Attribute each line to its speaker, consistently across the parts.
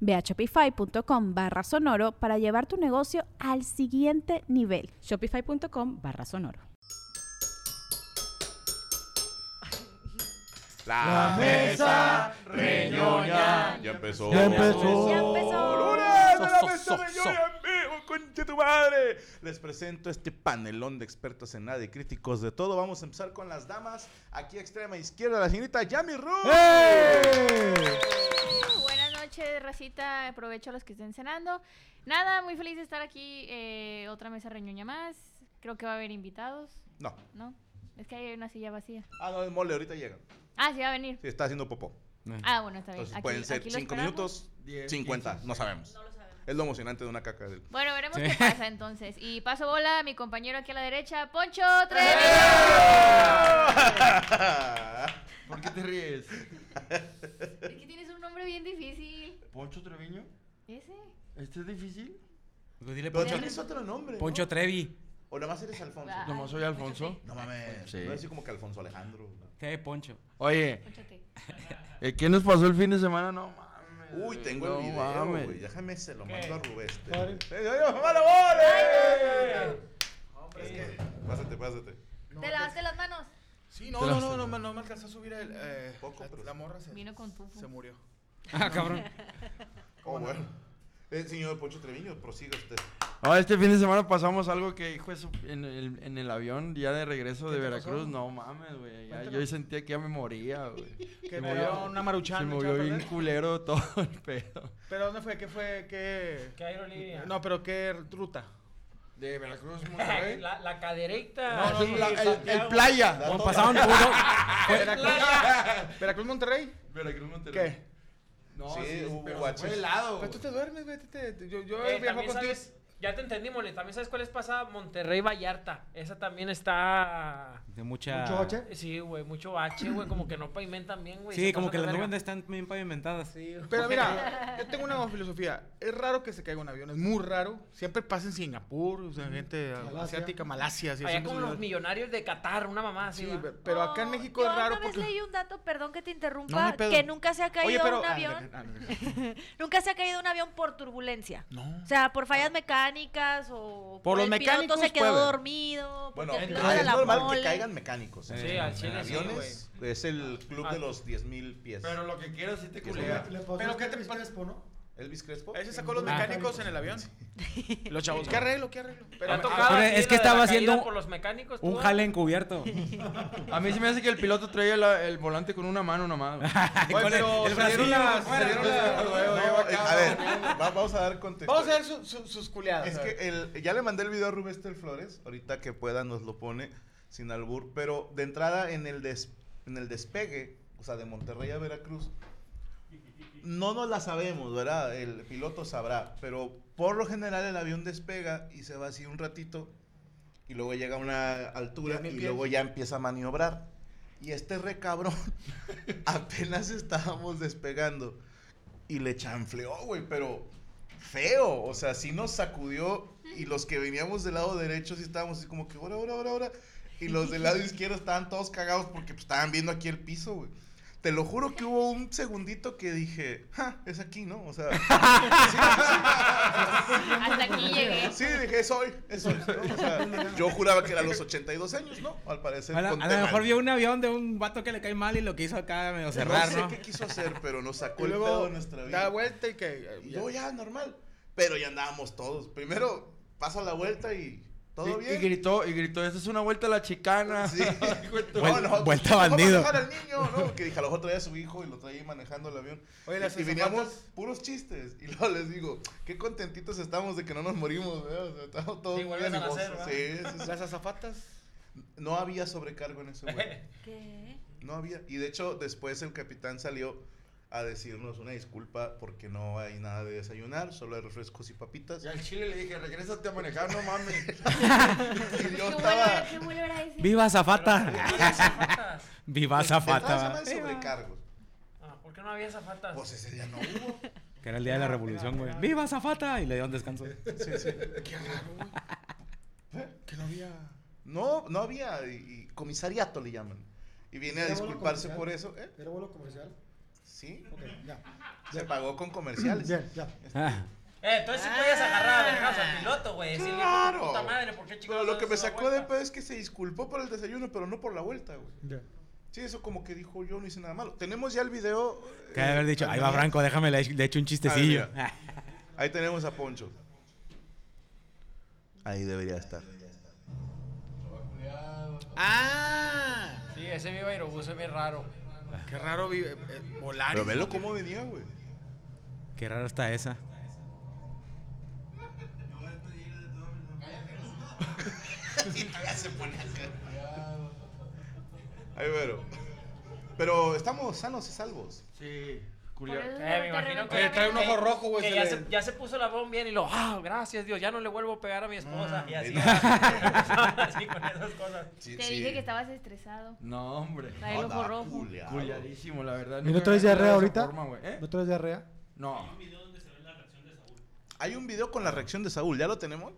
Speaker 1: Ve a shopify.com barra sonoro para llevar tu negocio al siguiente nivel.
Speaker 2: Shopify.com barra sonoro.
Speaker 3: La mesa reñoña ya empezó.
Speaker 4: Ya empezó. Ya empezó.
Speaker 3: ¡Lunes de la mesa reñoña en vivo, conche tu madre! Les presento este panelón de expertos en nada y críticos de todo. Vamos a empezar con las damas. Aquí a extrema izquierda, la señorita Yami Ruth.
Speaker 5: Buenas noches, Racita. Aprovecho a los que estén cenando. Nada, muy feliz de estar aquí. eh, otra mesa reñoña más. Creo que va a haber invitados,
Speaker 3: No.
Speaker 5: ¿no? Es que hay una silla vacía.
Speaker 3: Ah, no, es mole, ahorita llegan.
Speaker 5: Ah, sí, va a venir.
Speaker 3: Sí, está haciendo popó.
Speaker 5: Ah, bueno, está bien.
Speaker 3: Eh. Entonces
Speaker 5: Aquí-
Speaker 3: pueden ser
Speaker 5: aquí lo
Speaker 3: 5
Speaker 5: esperamos.
Speaker 3: minutos,
Speaker 4: Diez,
Speaker 3: 50, no sabemos. Es lo emocionante de una caca del.
Speaker 5: Bueno, veremos qué pasa entonces. Y paso bola a mi compañero aquí a la derecha, Poncho Trevi.
Speaker 3: ¡Eh!
Speaker 4: ¿Por qué te ríes?
Speaker 5: Es que tienes un nombre bien difícil.
Speaker 4: ¿Poncho Treviño?
Speaker 5: Ese.
Speaker 4: ¿Este es difícil?
Speaker 6: Pues dile
Speaker 3: Pero
Speaker 6: Poncho,
Speaker 3: tienes otro nombre. ¿no?
Speaker 6: Poncho Trevi.
Speaker 3: O nada más eres Alfonso.
Speaker 5: Ah.
Speaker 4: Nomás soy Alfonso.
Speaker 3: No mames.
Speaker 4: Sí.
Speaker 3: No es así como que Alfonso Alejandro.
Speaker 6: Te Poncho.
Speaker 4: Oye,
Speaker 5: Ponchote.
Speaker 4: eh, ¿qué nos pasó el fin de semana? No mames.
Speaker 7: Mm.
Speaker 3: Uy, tengo
Speaker 4: no
Speaker 3: el video,
Speaker 4: mames.
Speaker 3: güey. Déjame, se lo mando a Rubeste.
Speaker 4: Padre.
Speaker 3: Es que, pásate, pásate. Oh,
Speaker 5: Te lavaste las manos.
Speaker 8: Sí, no,
Speaker 4: Te la
Speaker 8: no,
Speaker 4: vas a
Speaker 8: no, no,
Speaker 4: tomar.
Speaker 8: me- no me alcanzó a subir el. eh,
Speaker 3: Poco,
Speaker 8: la,
Speaker 3: pero-
Speaker 8: la morra se,
Speaker 5: Vino con tufo.
Speaker 8: se murió.
Speaker 6: Ah, cabrón.
Speaker 3: Oh, bueno. Eh, señor Poncho Treviño, prosiga usted.
Speaker 4: Ah, este fin de semana pasamos algo que hijo eso en el, en el avión ya de regreso de Veracruz. No mames, güey. ya Yo sentía que ya me moría, güey.
Speaker 8: Que
Speaker 4: Se
Speaker 8: me
Speaker 4: movió-
Speaker 8: dio una
Speaker 4: Se
Speaker 8: maruchan. me echaba
Speaker 4: movió
Speaker 8: a
Speaker 4: bien
Speaker 8: perder.
Speaker 4: culero todo el pedo.
Speaker 8: ¿Pero dónde fue? ¿Qué fue? ¿Qué?
Speaker 7: ¿Qué aerolínea?
Speaker 8: No, pero ¿qué ruta?
Speaker 4: De Veracruz, Monterrey.
Speaker 7: La, la Eh, caderecta.
Speaker 4: No, no,
Speaker 7: sí,
Speaker 4: la- el, el
Speaker 7: Santiago.
Speaker 4: playa.
Speaker 6: Bueno, pasaron por
Speaker 8: ¿Veracruz? ¿Veracruz, Monterrey?
Speaker 4: Veracruz, Monterrey.
Speaker 8: ¿Qué?
Speaker 4: No,
Speaker 3: Sí, hubo
Speaker 4: pero
Speaker 3: guachos.
Speaker 4: fue helado.
Speaker 8: Pues tú te duermes, güey. te- te- Yo, yo
Speaker 7: Eh,
Speaker 8: he viajado
Speaker 7: también
Speaker 8: contigo.
Speaker 7: sabes- ya te entendimos, Lee. También sabes cuál es pasada Monterrey Vallarta. Esa también está.
Speaker 6: De mucha.
Speaker 8: ¿Mucho bache?
Speaker 7: Sí, güey, mucho bache, güey. Como que no pavimentan bien, güey.
Speaker 6: Sí,
Speaker 7: se
Speaker 6: como que
Speaker 7: pasan
Speaker 6: las
Speaker 7: de
Speaker 6: nubes este-
Speaker 7: verga.
Speaker 6: están bien pavimentadas.
Speaker 7: Sí, güey.
Speaker 8: Pero mira, yo tengo una nueva filosofía. Es raro que se caiga un avión, es muy raro. Siempre pasa en Singapur, o sea, gente asiática, Malasia. así,
Speaker 7: Mm. Allá
Speaker 8: siempre
Speaker 7: como
Speaker 8: se-
Speaker 7: los millonarios de Qatar, una mamá así.
Speaker 8: Sí,
Speaker 7: ¿va?
Speaker 8: pe- pero acá en
Speaker 9: No,
Speaker 8: México es
Speaker 9: yo
Speaker 8: raro
Speaker 9: una vez
Speaker 8: porque...
Speaker 9: leí un dato, perdón que te
Speaker 8: No, no
Speaker 9: interrumpa,
Speaker 8: hay pedo.
Speaker 9: que nunca se ha caído
Speaker 8: Oye, pero...
Speaker 9: un
Speaker 8: ah,
Speaker 9: avión,
Speaker 8: ah, no,
Speaker 9: nunca se ha caído un avión por turbulencia.
Speaker 8: No.
Speaker 9: O sea, por fallas mecánicas o
Speaker 8: Por los
Speaker 9: el piloto
Speaker 8: mecánicos
Speaker 9: se quedó
Speaker 8: puede.
Speaker 9: dormido,
Speaker 3: Bueno,
Speaker 9: porque el
Speaker 3: es
Speaker 9: piloto la
Speaker 3: normal que
Speaker 9: mole.
Speaker 3: caigan mecánicos. ¿eh?
Speaker 7: Sí, al
Speaker 3: En
Speaker 7: chile sí,
Speaker 3: aviones es el club de
Speaker 7: Ah.
Speaker 3: los 10.000 pies.
Speaker 4: Pero lo que quieras sí te
Speaker 3: Que es
Speaker 4: culea.
Speaker 3: lo
Speaker 8: Pero ¿qué te parece?
Speaker 3: ¿Elvis Crespo?
Speaker 8: Ese sacó los mecánicos en el avión. Los chavos. ¿Qué arreglo? ¿Qué arreglo?
Speaker 7: ¿Te
Speaker 8: Pero
Speaker 7: ha
Speaker 8: me-
Speaker 7: tocado
Speaker 6: Pero
Speaker 7: así
Speaker 6: es
Speaker 7: la de
Speaker 6: que estaba
Speaker 7: la
Speaker 6: haciendo
Speaker 7: caída por los mecánicos,
Speaker 6: Un
Speaker 7: tú?
Speaker 6: jale encubierto.
Speaker 4: A mí se me hace que el piloto traía la- el volante con una mano nomás. güey.
Speaker 6: Con el-
Speaker 8: pero
Speaker 6: el bracillo
Speaker 8: salieron las-
Speaker 6: afuera.
Speaker 8: salieron
Speaker 4: No,
Speaker 8: las-
Speaker 4: no, no,
Speaker 3: No, eh, a ver, va- vamos a dar contexto.
Speaker 8: Vamos a ver su- su- sus culeadas.
Speaker 3: Es
Speaker 8: a ver.
Speaker 3: que eh, el- ya le mandé el video a Rubén Estel Flores. Ahorita que pueda nos lo pone sin albur. Pero de entrada en el, des- en el despegue, o sea, de Monterrey a Veracruz, no nos la sabemos, ¿verdad? El piloto sabrá. Pero por lo general el avión despega y se va así un ratito. Y luego llega a una altura y luego ya empieza a maniobrar. Y este recabrón apenas estábamos despegando y le chanfleó, güey, pero feo. O sea, sí nos sacudió y los que veníamos del lado derecho sí estábamos así como que, ahora, ahora, ahora, ahora. Y los del lado izquierdo estaban todos cagados porque pues, estaban viendo aquí el piso, güey. Te lo juro que hubo un segundito que dije, ja, es aquí, ¿no? O sea,
Speaker 5: Hasta aquí llegué.
Speaker 3: sí, dije, es hoy, es hoy. ¿no? O sea, yo juraba que era a los 82 años, ¿no? Al parecer.
Speaker 6: A, la-
Speaker 3: conté
Speaker 6: a lo mejor
Speaker 3: mal.
Speaker 6: vio un avión de un vato que le cae mal y lo que hizo acá medio cerrar,
Speaker 3: no
Speaker 6: ¿no?
Speaker 3: sé qué quiso hacer, pero nos sacó
Speaker 8: Y
Speaker 3: el pedo de
Speaker 8: luego
Speaker 3: nuestra vida.
Speaker 8: da vuelta y que... eh,
Speaker 3: Y yo ya, normal. Pero ya andábamos todos. Primero, pasa la vuelta y ¿Todo
Speaker 4: y,
Speaker 3: bien?
Speaker 4: y gritó, y gritó, esta es una vuelta a la chicana.
Speaker 3: Sí.
Speaker 6: Vuel-
Speaker 3: no,
Speaker 6: vuelta
Speaker 3: ¿cómo
Speaker 6: bandido.
Speaker 3: manejar al niño, ¿no? Que dije, a lo mejor traía a su hijo y lo traía ahí manejando el avión.
Speaker 8: Oye,
Speaker 3: Y-
Speaker 8: las
Speaker 3: y veníamos
Speaker 8: azafatas-
Speaker 3: puros chistes. Y luego les digo, qué contentitos estamos de que no nos morimos, ¿verdad? O sea, estamos todos
Speaker 7: Sí,
Speaker 3: muy
Speaker 7: vuelves a
Speaker 3: animosos.
Speaker 7: nacer,
Speaker 3: Sí, sí, sí.
Speaker 8: Las azafatas.
Speaker 3: No había sobrecargo en ese vuelo.
Speaker 9: ¿Qué?
Speaker 3: No había. Y de hecho, después el capitán salió a decirnos una disculpa porque no hay nada de desayunar, solo hay refrescos y papitas.
Speaker 4: Y al chile le dije, regrésate a manejar, no mames.
Speaker 3: Y Pues yo
Speaker 5: ¿Qué vuelo
Speaker 3: estaba...
Speaker 5: era- qué vuelo era ese?
Speaker 6: ¡Viva
Speaker 7: ¿Por
Speaker 6: Zafata!
Speaker 7: qué no había zapatas?
Speaker 6: ¡Viva
Speaker 3: Estaba
Speaker 6: Zafata!
Speaker 3: hablando de sobrecargos.
Speaker 7: Ah, ¿Por qué no había zapatas?
Speaker 3: Pues ese día no hubo.
Speaker 6: Que era el día de la revolución, güey. ¡Viva Zafata! Y le dieron descanso.
Speaker 8: Que no había.
Speaker 3: No, no había. Y, y comisariato le llaman. Y viene a
Speaker 10: ¿Era vuelo
Speaker 3: disculparse por eso.
Speaker 10: comercial?
Speaker 3: ¿eh?
Speaker 10: ¿Era vuelo comercial?
Speaker 3: Sí.
Speaker 10: Ok, ya.
Speaker 3: Se pagó con comerciales.
Speaker 10: Bien, ya.
Speaker 6: Ah,
Speaker 7: Eh, entonces sí podías agarrar a vergas al piloto, güey. Decirle,
Speaker 3: Claro.
Speaker 7: puta madre, ¿por qué chicos?
Speaker 3: Pero lo
Speaker 7: no
Speaker 3: que me
Speaker 7: haces una
Speaker 3: sacó de
Speaker 7: vuelta?
Speaker 3: pedo es que se disculpó por el desayuno, pero no por la vuelta, güey.
Speaker 10: ya.
Speaker 3: Sí, eso como que dijo yo no hice nada malo. Tenemos ya el video.
Speaker 6: que
Speaker 3: eh,
Speaker 6: haber dicho, ahí va Franco, déjame, le le echo un chistecillo.
Speaker 3: A ver, mira. Ahí tenemos a Poncho. Ahí debería estar.
Speaker 8: ¡Ah!
Speaker 7: Sí, ese viva aerobús es bien raro.
Speaker 8: Qué raro vi- eh, eh, volar.
Speaker 3: Pero velo cómo venía, güey.
Speaker 6: Qué raro está esa.
Speaker 3: Ahí vero. Pero estamos sanos y salvos.
Speaker 4: Sí,
Speaker 5: Por
Speaker 4: curioso.
Speaker 5: eso
Speaker 7: Eh,
Speaker 5: te
Speaker 7: me imagino
Speaker 5: reventó
Speaker 7: que
Speaker 5: la
Speaker 8: trae un
Speaker 5: mente.
Speaker 8: ojo rojo, güey,
Speaker 7: Que
Speaker 8: se
Speaker 7: ya,
Speaker 8: le-
Speaker 7: se, ya se puso la bomba bien y lo, ah, gracias Dios, ya no le vuelvo a pegar a mi esposa.
Speaker 8: Mm.
Speaker 7: y así,
Speaker 3: no.
Speaker 7: así con esas cosas.
Speaker 3: Sí,
Speaker 5: Te
Speaker 3: sí.
Speaker 5: dije que estabas estresado.
Speaker 4: No, hombre.
Speaker 5: Trae el
Speaker 3: No,
Speaker 5: ojo
Speaker 3: andaba
Speaker 5: rojo.
Speaker 3: culeado.
Speaker 4: Culiadísimo, la verdad.
Speaker 10: ¿Y no
Speaker 4: nunca
Speaker 10: traes
Speaker 4: me había
Speaker 10: diarrea
Speaker 4: cuidado de esa
Speaker 10: ahorita?
Speaker 4: forma, güey, ¿eh?
Speaker 10: ¿No traes diarrea?
Speaker 4: No.
Speaker 3: Hay un video con la reacción de Saúl, ¿ya lo tenemos?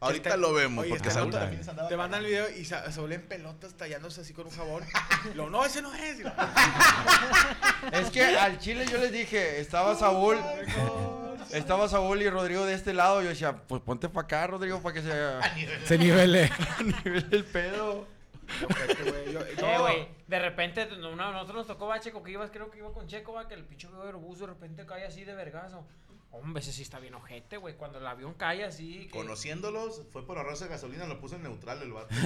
Speaker 3: Ahorita lo vemos,
Speaker 8: Oye,
Speaker 3: porque
Speaker 8: está-
Speaker 3: Saúl también se andaba.
Speaker 8: Te mandan el video y sa- Saúl en pelotas tallándose así con un jabón. Lo, no, ese no es. Y lo-
Speaker 4: Es que al chile yo les dije, estaba Saúl. Estaba Saúl y Rodrigo de este lado. Yo decía, pues ponte para acá, Rodrigo, para que se
Speaker 6: Se nivele.
Speaker 4: nivel el pedo.
Speaker 8: Ojete, güey, yo-
Speaker 7: Eh,
Speaker 8: no.
Speaker 7: güey, de repente, no, no, nosotros nos tocó, va, Checo, que ibas, creo que iba con Checo, va, que el pinche aerobús de repente cae así de vergazo. Hombre, ese sí está bien ojete, güey, cuando el avión cae así. que-
Speaker 3: Conociéndolos, fue por ahorrarse gasolina, lo puso en neutral el vato.
Speaker 7: Se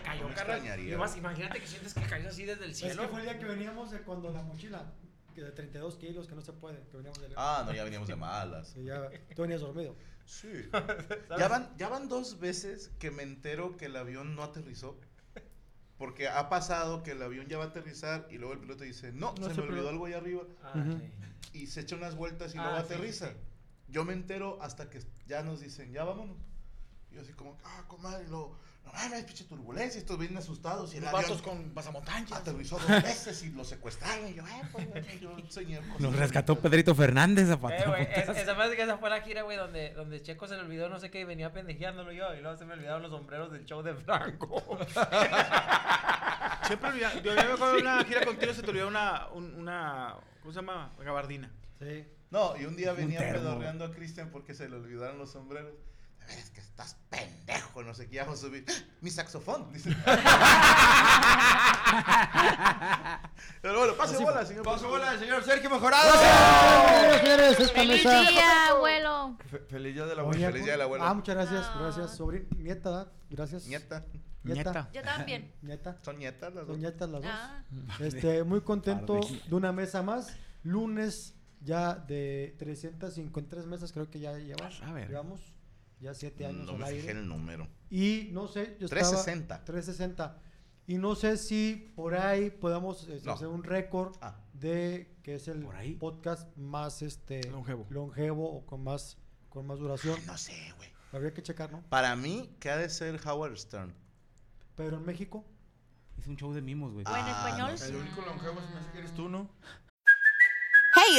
Speaker 7: cayó,
Speaker 3: No me
Speaker 7: carnal.
Speaker 3: extrañaría.
Speaker 7: Y vas, imagínate que sientes que cayó así desde el
Speaker 10: Es que
Speaker 7: cielo.
Speaker 10: fue el día que veníamos de cuando la mochila, que de 32 kilos, que no se puede, que veníamos de
Speaker 3: Ah, no, ya veníamos de malas.
Speaker 10: Y ya, tú venías dormido.
Speaker 3: Sí. Ya van, ya van dos veces que me entero que el avión no aterrizó. Porque ha pasado que el avión ya va a aterrizar y luego el piloto dice, no, se, me olvidó algo allá arriba.
Speaker 7: Ah,
Speaker 6: Ujú.
Speaker 7: sí.
Speaker 3: Y se echa unas vueltas y
Speaker 7: Ah,
Speaker 3: luego
Speaker 7: sí, sí,
Speaker 3: aterriza.
Speaker 7: sí.
Speaker 3: Yo me entero hasta que ya nos dicen, ya vámonos. Y yo así como, ah, comadre, y luego, no mames, pinche turbulencia, estos vienen asustados. Y el
Speaker 8: Los vatos
Speaker 3: avión
Speaker 8: con pasamontañas.
Speaker 3: aterrizó dos veces y lo secuestraron. Y yo, eh, pues, yo soñé cosas
Speaker 6: Nos rescató
Speaker 3: bonitas".
Speaker 6: Pedrito Fernández,
Speaker 7: Eh, güey, es-
Speaker 6: Zapata.
Speaker 7: esa parece que esa fue la gira, güey, donde, donde Checo se le olvidó, no sé qué, y venía pendejeándolo yo, y luego se me olvidaron los sombreros del show de Franco.
Speaker 8: Siempre olvidaba. Yo yo me acuerdo de una gira contigo, se te olvidó una, un- una. ¿Cómo se llama? Gabardina.
Speaker 10: Sí.
Speaker 3: No, y un día
Speaker 6: Un
Speaker 3: venía
Speaker 6: termo.
Speaker 3: pedorreando a Cristian porque se le olvidaron los sombreros. Es que estás pendejo, no sé qué, ya vamos a subir. "Ah, Mi saxofón, dice. Pero bueno, pase bola, señor.
Speaker 4: Paso
Speaker 3: por
Speaker 4: bola del
Speaker 3: favor.
Speaker 4: señor Sergio Mejorado.
Speaker 10: Bueno, señores, esta
Speaker 5: ¡Feliz
Speaker 10: mesa.
Speaker 5: día, abuelo!
Speaker 4: Fe- Feliz día de la
Speaker 10: Oye,
Speaker 4: abuela.
Speaker 3: Feliz día
Speaker 6: pues,
Speaker 3: de la abuela.
Speaker 10: Ah, muchas gracias,
Speaker 5: Ah.
Speaker 10: gracias. Sobrina, nieta, ¿verdad? gracias.
Speaker 3: Nieta.
Speaker 10: Nieta.
Speaker 9: Yo también.
Speaker 10: Nieta.
Speaker 3: Son nietas las dos.
Speaker 10: Son nietas las dos.
Speaker 9: Ah,
Speaker 10: Este, muy contento de una mesa más. Lunes ya de 353 mesas, creo que ya llevamos.
Speaker 6: A ver.
Speaker 10: Llevamos ya 7 años
Speaker 3: No
Speaker 10: al
Speaker 3: me fijé en
Speaker 10: aire.
Speaker 3: el número.
Speaker 10: Y no sé, yo estaba
Speaker 3: 360.
Speaker 10: 360. Y no sé si por ahí podamos eh,
Speaker 3: No.
Speaker 10: hacer un récord
Speaker 3: Ah.
Speaker 10: de que es el
Speaker 6: ¿Por ahí?
Speaker 10: podcast más este
Speaker 6: Longevo.
Speaker 10: longevo o con más con más duración.
Speaker 3: No sé, güey.
Speaker 10: Habría que checar, ¿no?
Speaker 3: Para mí, que ha de ser Howard Stern.
Speaker 10: Pero en México
Speaker 6: Es un show de mimos, güey.
Speaker 9: o en
Speaker 3: Ah,
Speaker 9: español.
Speaker 4: El único longevo se me hace que eres tú, ¿no?
Speaker 11: Hey,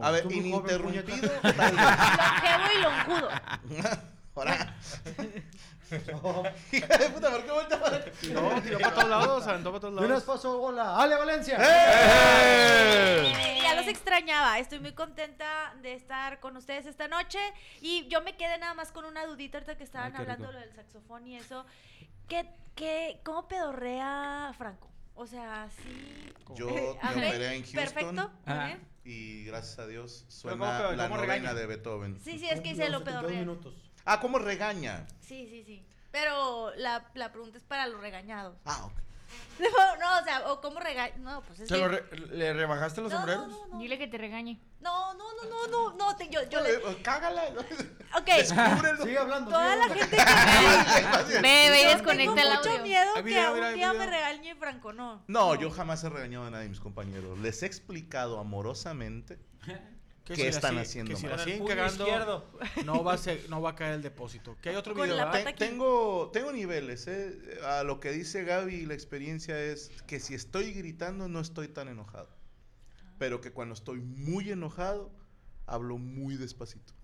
Speaker 3: A ver,
Speaker 10: Tú muy joven,
Speaker 3: ininterrumpido.
Speaker 10: puñeta.
Speaker 3: tal vez.
Speaker 9: Longevo y lonjudo.
Speaker 3: Ahora. Hija de puta, ¿por qué vuelta para acá?
Speaker 8: No, tiró para todos lados, aventó para todos
Speaker 10: De una vez
Speaker 8: lados.
Speaker 10: pasó bola. ¡Ale, Valencia!
Speaker 7: ¡Eh!
Speaker 9: Y Ya los extrañaba. Estoy muy contenta de estar con ustedes esta noche. Y yo me quedé nada más con una dudita ahorita que estaban
Speaker 12: qué
Speaker 9: hablando
Speaker 12: rico.
Speaker 9: lo del saxofón y eso. ¿Qué, qué, ¿Cómo pedorrea Franco? O sea, sí.
Speaker 3: Yo
Speaker 9: Eh,
Speaker 3: me
Speaker 9: ok,
Speaker 3: operé en Houston. Ah.
Speaker 9: Perfecto. muy
Speaker 3: Ajá.
Speaker 9: bien.
Speaker 3: Y gracias a Dios
Speaker 8: Pero
Speaker 3: suena
Speaker 8: ¿cómo-
Speaker 3: la
Speaker 8: cómo
Speaker 3: novena
Speaker 8: regaña?
Speaker 3: de Beethoven.
Speaker 9: Sí, sí, es que hice lo pedorrea.
Speaker 3: Ah, ¿cómo regaña?
Speaker 9: Sí, sí, sí. Pero la, la pregunta es para los regañados.
Speaker 3: Ah, ok.
Speaker 9: No, no, o sea, o cómo regañados. No, pues es
Speaker 4: ¿Se
Speaker 9: que-
Speaker 4: lo re- ¿Le rebajaste los
Speaker 9: No, no,
Speaker 4: sombreros?
Speaker 5: Dile que te regañe.
Speaker 9: No, no, no, no, no, no, te- yo, yo le...
Speaker 3: Eh, Cágala.
Speaker 9: Ok.
Speaker 10: Sigue hablando.
Speaker 9: Toda
Speaker 10: sigue
Speaker 9: la
Speaker 10: hablando.
Speaker 9: gente
Speaker 3: Ve,
Speaker 5: ve y
Speaker 9: Yo
Speaker 5: desconecta
Speaker 9: tengo
Speaker 5: el
Speaker 9: mucho
Speaker 5: audio.
Speaker 9: miedo que
Speaker 3: Hay video,
Speaker 9: algún
Speaker 3: mira, hay
Speaker 9: día me
Speaker 3: video.
Speaker 9: regañe Franco, no.
Speaker 3: No, yo jamás he regañado a nadie de mis compañeros. Les he explicado amorosamente qué
Speaker 8: si la
Speaker 3: están
Speaker 8: sig-
Speaker 3: haciendo
Speaker 8: Que si
Speaker 3: mal.
Speaker 8: la siguen
Speaker 7: Puño
Speaker 8: cagando,
Speaker 7: izquierdo.
Speaker 8: no va, a ser- no va a caer el depósito. Que hay otro video.
Speaker 3: Te- tengo, tengo niveles, ¿eh? A lo que dice Gaby, la experiencia es que si estoy gritando no estoy tan enojado. Pero que cuando estoy muy enojado, hablo muy despacito.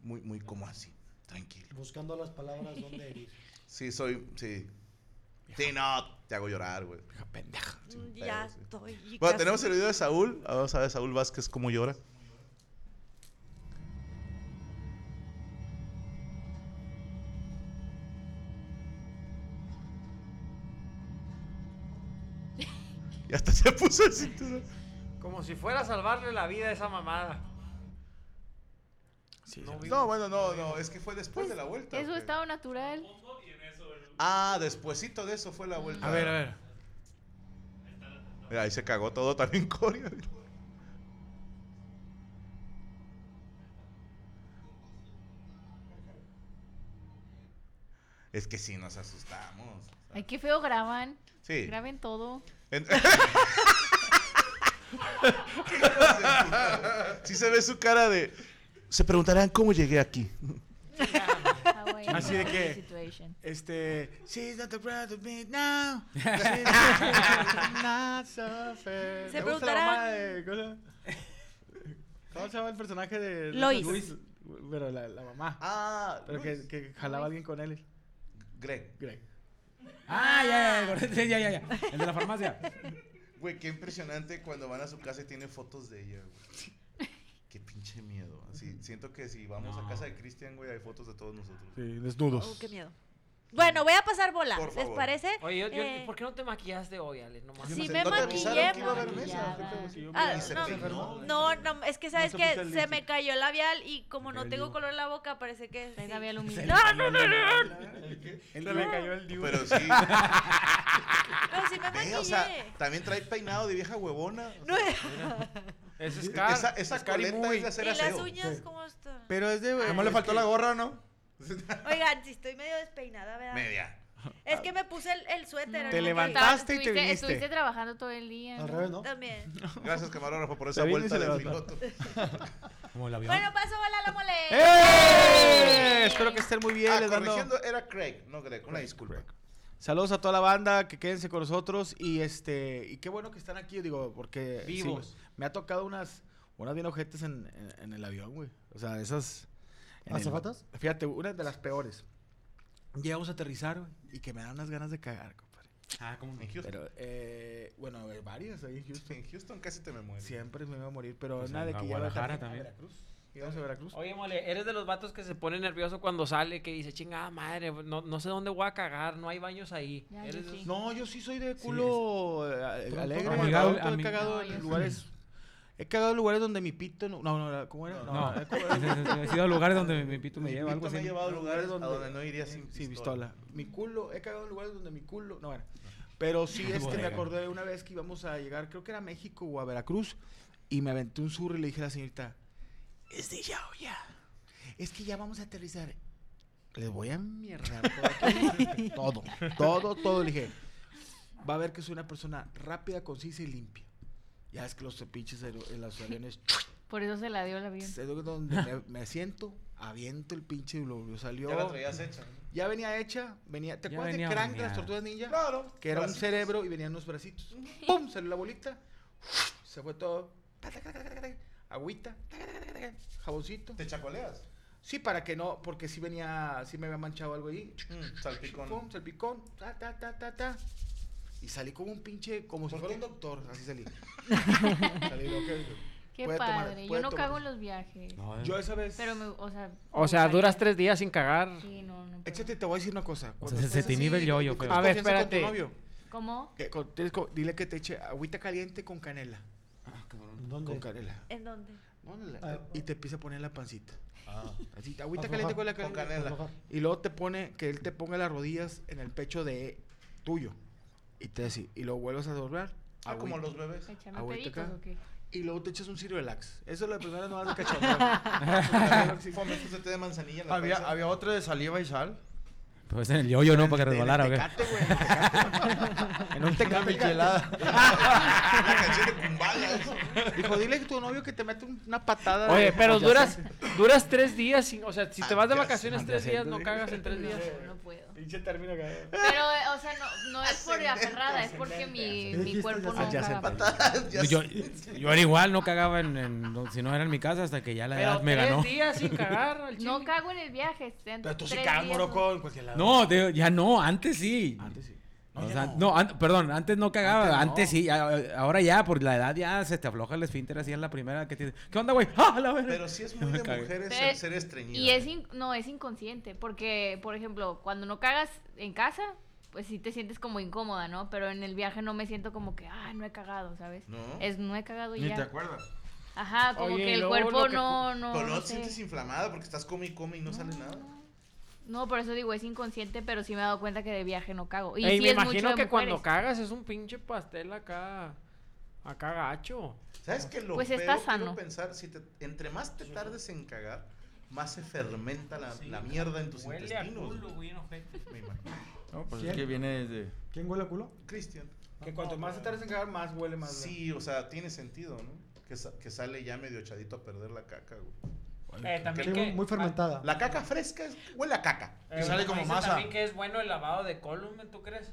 Speaker 3: Muy, muy como así, tranquilo.
Speaker 10: Buscando las palabras donde herir.
Speaker 3: Sí, soy, sí. Sí, no, te hago llorar, güey. pendeja.
Speaker 9: Mm, Ya estoy. y
Speaker 3: Bueno,
Speaker 9: casi-
Speaker 3: tenemos el video de Saúl. Ah, Vamos a ver Saúl Vázquez cómo llora. Y hasta se puso el cinturón.
Speaker 7: Como si fuera a salvarle la vida a esa mamada.
Speaker 3: no,
Speaker 7: vimos.
Speaker 3: bueno, no, no, es que fue después de la vuelta.
Speaker 5: Es su
Speaker 3: ¿o qué?
Speaker 5: estado natural.
Speaker 3: Ah, despuesito de eso fue la vuelta.
Speaker 8: A ver, a ver.
Speaker 3: Mira, ahí se cagó todo también Coria. Es que sí nos asustamos.
Speaker 5: Ay, qué feo graban.
Speaker 3: Sí.
Speaker 5: Graben todo.
Speaker 3: En- sí se ve su cara de... Se preguntarán cómo llegué aquí.
Speaker 8: Así de que.
Speaker 5: Situation.
Speaker 8: Este. She's not the bride of me now. She's not so fair.
Speaker 9: Se
Speaker 8: ¿Te gusta la mamá
Speaker 9: preguntarán-
Speaker 8: de cosa? ¿Cómo se llama el personaje de.
Speaker 9: Lois.
Speaker 8: Luis? Pero la, la mamá.
Speaker 3: Ah,
Speaker 8: Pero que, que jalaba a alguien con él.
Speaker 3: Greg.
Speaker 8: Greg.
Speaker 6: Ah, ya, ya, ya, ya, ya, ya. El de la farmacia.
Speaker 3: Güey, qué impresionante cuando van a su casa y tienen fotos de ella, güey. Qué pinche miedo. Así, siento que si vamos a casa de Cristian, güey, hay fotos de todos nosotros.
Speaker 8: Sí, desnudos.
Speaker 9: Oh, qué miedo. Bueno, voy a pasar bola,
Speaker 3: Por
Speaker 9: ¿les
Speaker 3: favor.
Speaker 9: parece?
Speaker 7: Oye, yo- yo-
Speaker 9: Eh,
Speaker 7: ¿por qué no te maquillaste hoy, Ale? Nomás.
Speaker 9: Sí, me maquillé. Ah, no, no, no, es que sabes
Speaker 7: se
Speaker 9: que
Speaker 7: puso el
Speaker 9: se
Speaker 7: lipstick.
Speaker 9: me cayó el labial y como no
Speaker 3: cayó el
Speaker 9: tengo
Speaker 3: divo.
Speaker 9: color en la boca, parece que. sí.
Speaker 5: humilde.
Speaker 9: No, no, no, no. no.
Speaker 8: Él le cayó el diu.
Speaker 3: Pero sí.
Speaker 9: Pero sí me
Speaker 3: Ve,
Speaker 9: maquillé.
Speaker 3: o sea, también trae peinado de vieja huevona. O
Speaker 9: No,
Speaker 3: sea,
Speaker 7: Es
Speaker 3: esa esa coleta es de hacer
Speaker 9: ¿Y las
Speaker 3: aseo.
Speaker 9: uñas cómo están?
Speaker 8: Pero es de.
Speaker 4: Además le faltó la gorra, ¿no?
Speaker 9: Oigan, si estoy medio despeinada, ¿verdad?
Speaker 3: Media.
Speaker 9: Es que me puse el, el
Speaker 5: Mm,
Speaker 9: suéter.
Speaker 8: Te
Speaker 9: ahorita que-
Speaker 8: levantaste y te
Speaker 5: Estuviste-
Speaker 8: viniste.
Speaker 5: Estuviste trabajando todo el día. ¿no?
Speaker 9: También.
Speaker 3: Gracias, camarógrafo, por
Speaker 8: Se
Speaker 3: esa
Speaker 8: vino y
Speaker 3: vuelta
Speaker 8: se
Speaker 3: del
Speaker 8: levantó.
Speaker 3: piloto.
Speaker 6: Como el
Speaker 5: Eh.
Speaker 6: avión.
Speaker 9: Bueno, paso bola a la mole.
Speaker 8: ¡Eh! Espero que estén muy bien.
Speaker 3: Ah,
Speaker 8: les mando-
Speaker 3: corrigiendo, era Craig, no Greg. Una disculpa.
Speaker 8: Saludos a toda la banda, que quédense con nosotros y este y qué bueno que están aquí, digo, porque sí,
Speaker 7: Vivos.
Speaker 8: me ha tocado unas unas bien ojetes en, en- en el avión, güey. O sea, esas en el-
Speaker 10: ¿Azafatas?
Speaker 8: Fíjate, una de las peores. Llegamos a aterrizar güey, y que me dan unas ganas de cagar, compadre.
Speaker 6: Ah, como
Speaker 3: En Houston.
Speaker 8: Pero eh, bueno, a ver, varias ahí en Houston.
Speaker 3: En Houston casi te me mueres.
Speaker 8: Siempre me iba a morir, pero
Speaker 6: Pues
Speaker 8: nada de
Speaker 6: en
Speaker 8: que ya
Speaker 6: Guadalajara
Speaker 8: a
Speaker 6: también. Oh.
Speaker 8: Veracruz. Íbamos a Veracruz.
Speaker 7: Oye, mole, eres de los vatos que se pone nervioso cuando sale, que dice, chingada madre, no, no sé dónde voy a cagar, no hay baños ahí.
Speaker 5: Ya,
Speaker 7: Eres
Speaker 5: yo
Speaker 7: de-
Speaker 5: sí.
Speaker 8: No, yo sí soy de culo eh,
Speaker 6: Pronto,
Speaker 8: alegre.
Speaker 6: amigable,
Speaker 8: pronto, he
Speaker 6: ami-
Speaker 8: cagado
Speaker 5: No, yo
Speaker 8: en
Speaker 5: sí.
Speaker 8: lugares. He cagado en lugares donde mi pito no. No, no, ¿cómo era?
Speaker 6: No,
Speaker 8: eh, ¿cómo era?
Speaker 6: he ido a lugares donde mi pito me
Speaker 3: Mi
Speaker 6: lleva, algo
Speaker 3: pito me ha
Speaker 6: así.
Speaker 3: llevado a
Speaker 8: Lugares
Speaker 3: lugares
Speaker 8: donde-
Speaker 3: a donde no iría sin
Speaker 8: Sí, pistola. Mi culo, he cagado en lugares donde mi culo. No, bueno. Pero sí, es que me
Speaker 6: Bodega.
Speaker 8: acordé de una vez que íbamos a llegar, creo que era a México o a Veracruz, y me aventé un sur y le dije a la señorita: Es de ya o ya. Es que ya vamos a aterrizar. Les voy a mierdar todo. aquí. todo, todo, todo. Le dije: Va a ver que soy una persona rápida, concisa y limpia. Ya es que los pinches aero- en los aviones
Speaker 5: Por eso se la dio el avión.
Speaker 8: es donde me, me siento, aviento el pinche y lo, lo salió.
Speaker 3: Ya la traías hecha. ¿no?
Speaker 8: Ya venía hecha, venía. ¿Te
Speaker 6: Ya
Speaker 8: acuerdas de
Speaker 6: venía
Speaker 8: Crank de
Speaker 6: horneada.
Speaker 8: las tortugas ninja?
Speaker 3: Claro.
Speaker 8: Que era un
Speaker 3: bracitos.
Speaker 8: cerebro y venían unos bracitos. ¡Pum! Salió la bolita. Se fue todo. Agüita. Jaboncito.
Speaker 3: ¿Te chacoleas?
Speaker 8: Sí, para que no, porque sí venía, sí me había manchado algo ahí.
Speaker 5: Mm.
Speaker 8: salpicón. salpicón, ta, ta, ta, ta, ta. Y salí como un pinche, como si fuera un doctor, así salí. salí lo que-
Speaker 5: Qué
Speaker 8: puede tomar,
Speaker 5: padre. Yo
Speaker 8: puede
Speaker 5: no
Speaker 8: tomar.
Speaker 5: cago en los viajes.
Speaker 8: No, eh. Yo esa vez-
Speaker 5: Pero me, o sea.
Speaker 7: O sea, duras tres días sin cagar.
Speaker 5: Sí, no, no.
Speaker 8: Échate, te voy a decir una cosa.
Speaker 7: O
Speaker 8: Cuando
Speaker 7: sea, se
Speaker 8: estés
Speaker 7: te inhibe el
Speaker 8: así,
Speaker 7: yoyo,
Speaker 8: que
Speaker 7: pues.
Speaker 8: tienes
Speaker 7: A ver,
Speaker 8: confianza con tu
Speaker 7: espérate.
Speaker 8: novio,
Speaker 5: ¿Cómo?
Speaker 8: que con- tienes co- dile que te eche agüita caliente con canela.
Speaker 10: ¿Dónde?
Speaker 8: Ah, Con canela.
Speaker 9: ¿En dónde?
Speaker 8: Ponle la-
Speaker 10: Ah.
Speaker 8: y te empieza a poner la pancita. Así, agüita
Speaker 10: Aflojar,
Speaker 8: caliente con la
Speaker 10: con
Speaker 8: canela.
Speaker 10: canela.
Speaker 8: Y luego te pone, que él te ponga las rodillas en el pecho de tuyo. Y te así, y lo vuelves a doblar.
Speaker 3: Ah, como
Speaker 8: agüita.
Speaker 3: los bebés.
Speaker 5: Échame
Speaker 8: Agüita
Speaker 5: peditos
Speaker 8: acá.
Speaker 5: o qué.
Speaker 8: Y luego te echas un Cirelax. Eso es la primera no de cachondeo.
Speaker 3: Fome, tú se te de manzanilla en la
Speaker 4: Había,
Speaker 3: panza.
Speaker 4: había otro de saliva y sal.
Speaker 6: Pues en el yoyo, ¿no? Para que
Speaker 4: En el
Speaker 6: resbalara, ¿o qué?
Speaker 4: Tecate, güey,
Speaker 6: En un
Speaker 4: Una
Speaker 6: tecate.
Speaker 4: michelada.
Speaker 8: La canción de Kumbala. Dijo, dile a tu novio que te mete un- una patada.
Speaker 7: Oye,
Speaker 8: de-
Speaker 7: pero
Speaker 8: Ya
Speaker 7: duras,
Speaker 8: sé.
Speaker 7: duras tres días sin. O sea, si te vas de vacaciones tres días,
Speaker 8: Adyacente,
Speaker 7: no
Speaker 8: sí.
Speaker 7: cagas en tres días.
Speaker 5: No puedo.
Speaker 8: Pinche término que.
Speaker 5: Pero, eh, o sea, no, no es por aferrada, es porque mi, mi cuerpo no caga.
Speaker 6: Yo, yo era igual, no cagaba en, en- no- si no era en mi casa hasta que ya la edad me
Speaker 5: tres
Speaker 6: ganó.
Speaker 5: días sin cagar. No cago en el viaje.
Speaker 8: Pero tú sí cagas, moroco, en cualquier lado.
Speaker 6: No, te- ya no, antes sí. Antes
Speaker 8: sí.
Speaker 6: No, an- perdón, antes no cagaba, antes, sí, a- ahora ya, por la edad ya se te afloja el esfínter así en la primera que tienes. ¿Qué onda, güey? ¡Ah, la verga!
Speaker 3: Pero sí es muy
Speaker 6: Me
Speaker 3: de
Speaker 6: cagué.
Speaker 3: mujeres
Speaker 5: Pero-
Speaker 3: el ser estreñida.
Speaker 5: Y es in- no, es inconsciente, porque, por ejemplo, cuando no cagas en casa, pues sí te sientes como incómoda, ¿no? Pero en el viaje no me siento como que, ah, no he cagado, ¿sabes?
Speaker 3: No.
Speaker 5: Es, no he cagado y
Speaker 4: Ni
Speaker 5: ya.
Speaker 4: te acuerdas.
Speaker 5: Ajá, Ah, como
Speaker 7: Oye, y
Speaker 5: que el
Speaker 7: luego
Speaker 5: cuerpo
Speaker 7: lo que
Speaker 5: no,
Speaker 7: cu-
Speaker 5: no,
Speaker 3: Pero
Speaker 5: no
Speaker 3: luego te
Speaker 5: sé.
Speaker 3: sientes inflamada porque estás come y come y no, sale nada.
Speaker 5: No, por eso digo, es inconsciente, pero sí me he dado cuenta que de viaje no cago. Y
Speaker 7: Ey,
Speaker 5: sí
Speaker 7: me
Speaker 5: es mucho
Speaker 7: imagino
Speaker 5: de
Speaker 7: que cuando
Speaker 5: mujeres.
Speaker 7: cagas es un pinche pastel acá. Acá gacho.
Speaker 3: ¿Sabes qué? Lo
Speaker 5: Pues
Speaker 3: feo,
Speaker 5: está
Speaker 3: quiero
Speaker 5: sano.
Speaker 3: pensar, si te, entre más te tardes en cagar, más se fermenta la, la mierda en tus
Speaker 7: Huele a
Speaker 3: Pues, intestinos.
Speaker 7: culo, güey, no gente.
Speaker 3: Me imagino.
Speaker 4: No, pues
Speaker 10: ¿Quién?
Speaker 4: es que viene desde.
Speaker 10: ¿Quién huele a culo?
Speaker 3: Cristian.
Speaker 8: Que cuanto más te tardes en cagar, más huele más.
Speaker 3: Sí, o sea, tiene sentido, ¿no? Que, sa- que sale ya medio echadito a perder la caca, güey.
Speaker 7: Eh,
Speaker 10: Sí,
Speaker 7: también
Speaker 10: muy,
Speaker 7: que. eh,
Speaker 10: muy fermentada.
Speaker 8: Ah.
Speaker 3: La caca fresca es- huele a caca.
Speaker 4: Que sale como
Speaker 7: dice
Speaker 4: masa.
Speaker 7: También que es bueno el lavado de column, ¿tú crees?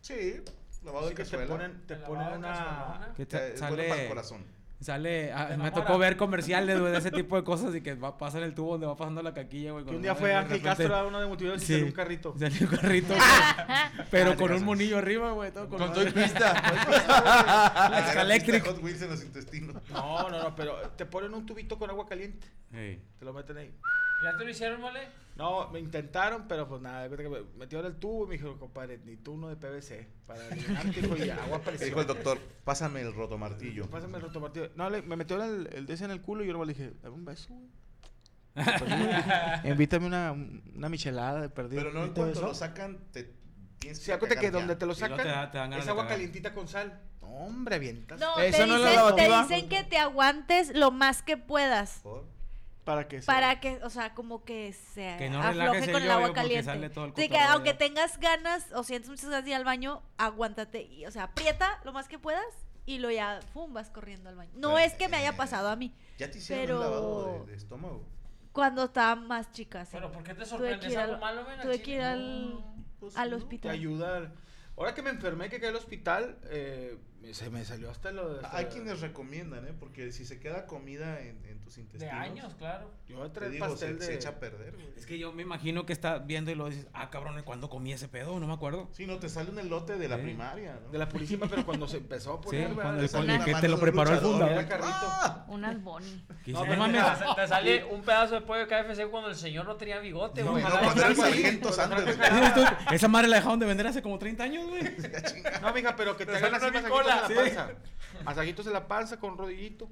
Speaker 3: Sí, lavado
Speaker 8: Así
Speaker 3: de
Speaker 8: que te
Speaker 3: cazuela.
Speaker 8: ponen, te
Speaker 7: El
Speaker 8: ponen
Speaker 7: lavado de
Speaker 8: una.
Speaker 7: cazuelona.
Speaker 6: Que
Speaker 3: Ya,
Speaker 6: ta-
Speaker 3: eh, es bueno
Speaker 6: sale,
Speaker 3: para el corazón.
Speaker 6: sale ah,
Speaker 7: Te
Speaker 6: me
Speaker 7: enamora.
Speaker 6: tocó ver comerciales güey, de ese tipo de cosas y que va, pasan el tubo donde va pasando la caquilla, güey.
Speaker 8: Que
Speaker 6: cuando
Speaker 8: un día
Speaker 6: va
Speaker 8: fue
Speaker 6: de
Speaker 8: Ángel
Speaker 6: repente-
Speaker 8: Castro a uno de motivos y
Speaker 6: Sí.
Speaker 8: salió un carrito. Ah,
Speaker 6: Salió un carrito, güey, pero con un monillo arriba, güey. todo con
Speaker 4: Con todo y
Speaker 6: madre.
Speaker 4: pista.
Speaker 3: Le agarra
Speaker 6: Escaléctric.
Speaker 3: Hot Wheels en los intestinos.
Speaker 8: No, no, no, pero te ponen un tubito con agua caliente.
Speaker 6: Ey.
Speaker 8: Te lo meten ahí.
Speaker 7: ¿Ya te lo hicieron, mole?
Speaker 8: No, me intentaron, pero pues nada, de cuenta que me metieron el tubo y me dijeron, compadre, ni tú uno de PVC. Para aliviarte, dijo, y agua
Speaker 3: Le
Speaker 8: presión.
Speaker 3: Dijo el doctor, pásame el rotomartillo.
Speaker 8: Pásame el rotomartillo. No, le- me metió el, el de ese en el culo y yo luego le dije, dame un beso, güey. Pues Invítame una, una michelada de perdido.
Speaker 3: Pero no en
Speaker 10: ¿Te
Speaker 3: cuanto
Speaker 10: besó?
Speaker 3: lo sacan, te tienes
Speaker 8: Sí, acuérdate que
Speaker 3: cagar
Speaker 8: donde
Speaker 3: ya.
Speaker 8: te lo
Speaker 6: Y luego
Speaker 8: sacan
Speaker 6: te da- te dan ganas
Speaker 8: es
Speaker 6: de
Speaker 8: agua
Speaker 6: cagar.
Speaker 8: calientita con sal. No, hombre, avientas.
Speaker 9: No,
Speaker 4: Eso
Speaker 9: te,
Speaker 4: no es la
Speaker 9: dicen, te
Speaker 4: lavativa.
Speaker 9: dicen que te aguantes lo más que puedas.
Speaker 3: Por favor.
Speaker 8: Para que se-
Speaker 9: Para que, o sea, como que se
Speaker 6: Que no relajes
Speaker 9: afloje
Speaker 6: el
Speaker 9: con el agua
Speaker 6: yoyo porque
Speaker 9: caliente.
Speaker 6: sale todo el
Speaker 9: Así que
Speaker 6: cotorreo
Speaker 9: aunque
Speaker 6: ya.
Speaker 9: tengas ganas o sientes muchas ganas de ir al baño, aguántate. Y, o sea, aprieta lo más que puedas y lo ya, pum, vas corriendo al baño. No
Speaker 3: Bueno,
Speaker 9: es que me haya pasado a mí.
Speaker 3: Ya te hicieron
Speaker 9: Pero-
Speaker 3: un lavado de, de estómago.
Speaker 9: Cuando estaba más chica, sí.
Speaker 7: Pero ¿por qué te
Speaker 9: Tuve que
Speaker 7: sorprendes?
Speaker 9: ir
Speaker 7: ¿Algo
Speaker 9: al,
Speaker 7: malo, ven, al
Speaker 9: tuve
Speaker 7: chile?
Speaker 9: que ir al-
Speaker 3: Pues,
Speaker 9: al
Speaker 3: no.
Speaker 8: te
Speaker 9: hospital.
Speaker 8: ayuda. Ahora que me enfermé, que caí al hospital, eh, me- se me salió hasta lo de... hasta-
Speaker 3: Hay quienes recomiendan, ¿eh? Porque si se queda comida en, en tus
Speaker 7: De
Speaker 3: intestinos.
Speaker 7: años, claro.
Speaker 8: Yo
Speaker 3: Te
Speaker 8: traí el
Speaker 3: digo, se,
Speaker 8: pastel de...
Speaker 3: se echa a perder, güey.
Speaker 6: Es que yo me imagino que estás viendo y lo dices, ah, cabrón, ¿y ¿cuándo comí ese pedo? No me acuerdo.
Speaker 3: Sí, no, te sale un elote de la
Speaker 6: Sí.
Speaker 3: primaria, ¿no?
Speaker 8: De la purísima, pero cuando se empezó a
Speaker 6: Sí,
Speaker 8: poner, ¿verdad?
Speaker 6: cuando
Speaker 8: Le
Speaker 6: el
Speaker 8: salió
Speaker 6: cuando
Speaker 3: una
Speaker 6: que
Speaker 3: mano
Speaker 6: te lo
Speaker 3: de un
Speaker 6: preparó el
Speaker 3: luchador, Ah,
Speaker 6: funda.
Speaker 8: Era
Speaker 6: güey.
Speaker 8: carrito.
Speaker 5: Unas boni.
Speaker 6: Que
Speaker 7: No,
Speaker 6: dices,
Speaker 7: pero
Speaker 6: "Ah,
Speaker 7: te,
Speaker 6: mames".
Speaker 7: sa- te sale un pedazo de pollo de KFC cuando el señor Pues no tenía bigote, güey.
Speaker 3: no,
Speaker 7: Ojalá
Speaker 3: cuando era el
Speaker 7: algo así.
Speaker 3: sargento
Speaker 7: Cuando
Speaker 3: Sanders.
Speaker 7: trajo
Speaker 6: Dices
Speaker 7: jalada.
Speaker 6: tú, Esa madre la dejaron de vender hace como 30 años, güey.
Speaker 8: No, mija, pero que te
Speaker 7: Te
Speaker 8: hagan
Speaker 7: sale
Speaker 8: así
Speaker 7: una
Speaker 8: masajitos en la
Speaker 7: bicola.
Speaker 8: panza. Masajitos en la panza con rodillito.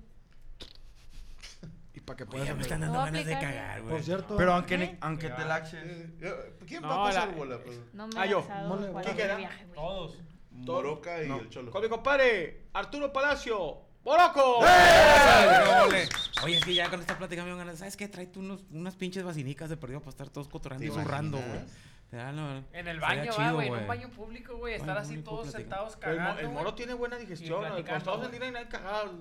Speaker 8: Y para que
Speaker 6: Oye,
Speaker 8: puedas...
Speaker 6: me están
Speaker 5: No
Speaker 6: dando
Speaker 5: va a
Speaker 6: ganas de
Speaker 5: aplicar,
Speaker 6: cagar,
Speaker 10: Por
Speaker 6: güey.
Speaker 8: Pues
Speaker 10: cierto,
Speaker 4: Pero aunque, ni-
Speaker 5: ¿Eh?
Speaker 4: aunque te laxes.
Speaker 3: Eh, ¿Quién va
Speaker 7: No,
Speaker 3: a pasar
Speaker 7: la-
Speaker 3: bola? Pues?
Speaker 5: No me
Speaker 8: Ah,
Speaker 5: ha
Speaker 8: yo.
Speaker 5: pasado
Speaker 10: Mole,
Speaker 5: cuando
Speaker 8: ¿quién
Speaker 5: voy de
Speaker 8: queda?
Speaker 5: viaje, güey.
Speaker 7: Todos.
Speaker 3: Moroca y el Cholo.
Speaker 8: Con mi compadre, Arturo Palacio. ¡Boroco!
Speaker 6: Oye, es que ya con esta plática me dan ganas, ¿sabes qué? Trae tú unos- unas pinches vacinicas de perdido para estar todos cotorreando y
Speaker 3: ¿Te
Speaker 6: zurrando,
Speaker 3: imaginas?
Speaker 6: güey. Te dan, no,
Speaker 7: En el
Speaker 6: estaría
Speaker 7: baño, va,
Speaker 6: chido,
Speaker 7: güey. En un baño público, güey. Estar
Speaker 6: Baño
Speaker 7: así
Speaker 6: público,
Speaker 7: todos
Speaker 6: platicando.
Speaker 7: sentados
Speaker 8: El, mo-
Speaker 7: cagando.
Speaker 8: el
Speaker 7: güey.
Speaker 8: moro tiene buena digestión.
Speaker 7: Y
Speaker 8: Cuando
Speaker 7: platicando,
Speaker 8: Estados
Speaker 7: güey.
Speaker 8: Unidos nadie cagado.